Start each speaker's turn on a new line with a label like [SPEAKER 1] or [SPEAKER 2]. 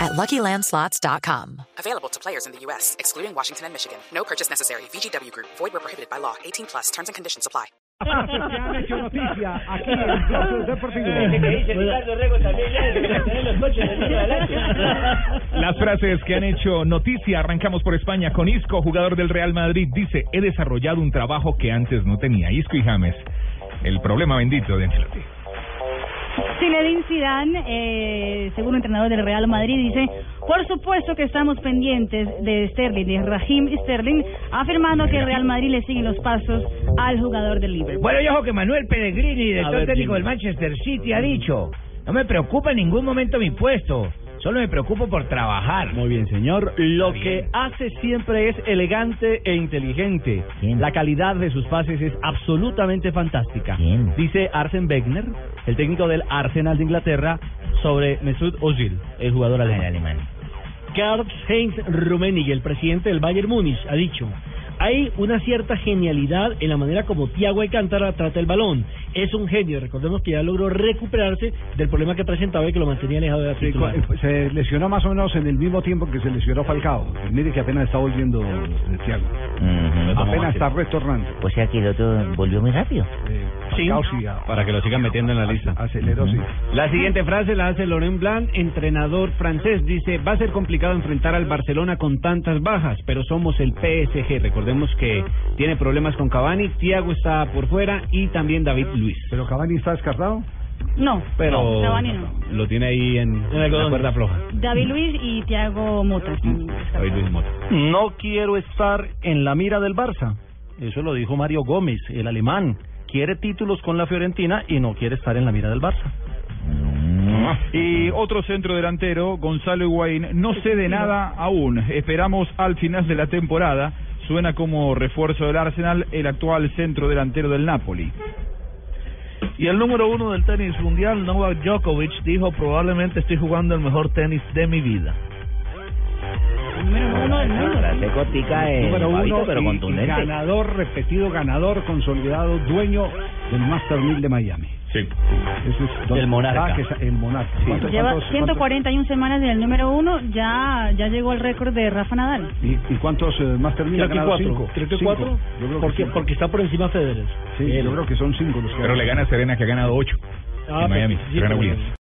[SPEAKER 1] at luckylandslots.com.
[SPEAKER 2] Available to players in the U.S., excluding Washington and Michigan. No purchase necessary. VGW Group, void where prohibited by law. 18 plus terms and conditions apply.
[SPEAKER 3] que han hecho noticia aquí en el Blog Deportivo.
[SPEAKER 4] Eh,
[SPEAKER 5] Las frases que han hecho noticia, arrancamos por España con Isco, jugador del Real Madrid, dice, he desarrollado un trabajo que antes no tenía. Isco y James, el problema bendito de Ancelotti.
[SPEAKER 6] Zinedine Zidane, eh, según entrenador del Real Madrid, dice, por supuesto que estamos pendientes de Sterling, de Raheem Sterling, afirmando que el Real Madrid le sigue los pasos al jugador del Liverpool.
[SPEAKER 3] Bueno, y ojo que Manuel Pellegrini, director
[SPEAKER 4] ver,
[SPEAKER 3] técnico
[SPEAKER 4] dime.
[SPEAKER 3] del Manchester City, ha dicho, no me preocupa en ningún momento mi puesto, solo me preocupo por trabajar.
[SPEAKER 4] Muy bien, señor. Lo
[SPEAKER 3] Está bien.
[SPEAKER 4] que hace siempre es elegante e inteligente.
[SPEAKER 3] Bien.
[SPEAKER 4] La calidad de sus pases es absolutamente fantástica.
[SPEAKER 3] Bien.
[SPEAKER 4] Dice Arsen Wenger, el técnico del Arsenal de Inglaterra, sobre Mesut Özil, el jugador
[SPEAKER 3] El
[SPEAKER 4] alemán.
[SPEAKER 3] alemán.
[SPEAKER 7] Karl-Heinz Rummenigge, el presidente del Bayern Múnich, ha dicho, hay una cierta genialidad en la manera como Thiago Alcántara trata el balón. Es un genio. Recordemos que ya logró recuperarse del problema que presentaba y que lo mantenía alejado de la
[SPEAKER 8] Sí,
[SPEAKER 7] titular.
[SPEAKER 8] cu- pues, se lesionó más o menos en el mismo tiempo que se lesionó Falcao. Mire que apenas está volviendo eh, Thiago. Apenas está retornando.
[SPEAKER 3] O sea que el otro volvió muy rápido.
[SPEAKER 8] Eh, Falcao sí, a-
[SPEAKER 4] Para que lo sigan metiendo en la lista.
[SPEAKER 8] aceleró sí.
[SPEAKER 4] La siguiente frase la hace Laurent Blanc, entrenador francés. Dice, va a ser complicado enfrentar al Barcelona con tantas bajas, pero somos el PSG. Recordemos que tiene problemas con Cavani, Thiago está por fuera y también David Luis.
[SPEAKER 8] Pero Cavani está descartado.
[SPEAKER 6] No,
[SPEAKER 4] Pero
[SPEAKER 6] Cavani no.
[SPEAKER 4] lo tiene ahí en,
[SPEAKER 7] En algodón.
[SPEAKER 4] la cuerda floja.
[SPEAKER 6] David Luis y Thiago Mota. están
[SPEAKER 4] David Luis
[SPEAKER 6] descartados.
[SPEAKER 4] Mota.
[SPEAKER 7] No quiero estar en la mira del Barça. Eso lo dijo Mario Gómez, el alemán. Quiere títulos con la Fiorentina y no quiere estar en la mira del Barça.
[SPEAKER 4] Mm.
[SPEAKER 5] Y otro centro delantero, Gonzalo Higuaín, no cede nada aún. Esperamos al final de la temporada. Suena como refuerzo del Arsenal, el actual centro delantero del Napoli.
[SPEAKER 9] Y el número uno del tenis mundial, Novak Djokovic, dijo probablemente estoy jugando el mejor tenis de mi vida.
[SPEAKER 6] Número uno del mundo.
[SPEAKER 8] Número uno y- y ganador, repetido ganador, consolidado, dueño del Master 1000 de Miami.
[SPEAKER 5] Sí.
[SPEAKER 8] Ese es Don-
[SPEAKER 4] El monarca.
[SPEAKER 8] Ah, que es el monarca. ¿Cuántos-
[SPEAKER 6] Lleva
[SPEAKER 8] cuántos-
[SPEAKER 6] 141 semanas en el número uno, ya, ya llegó al récord de Rafa Nadal.
[SPEAKER 8] ¿Y, y cuántos eh, Master 1000 ha
[SPEAKER 7] Creo que
[SPEAKER 8] ganado?
[SPEAKER 7] cuatro.
[SPEAKER 8] Cinco.
[SPEAKER 7] Creo que
[SPEAKER 8] Cinco.
[SPEAKER 7] cuatro.
[SPEAKER 8] Yo creo que
[SPEAKER 7] Porque,
[SPEAKER 8] cinco.
[SPEAKER 7] porque está por encima Federer.
[SPEAKER 8] Sí, yo creo que son cinco los que
[SPEAKER 5] Pero le gana a Serena, que ha ganado ocho
[SPEAKER 7] Ah,
[SPEAKER 5] en Miami.
[SPEAKER 7] sí,
[SPEAKER 5] Serena
[SPEAKER 7] pero-
[SPEAKER 5] Williams.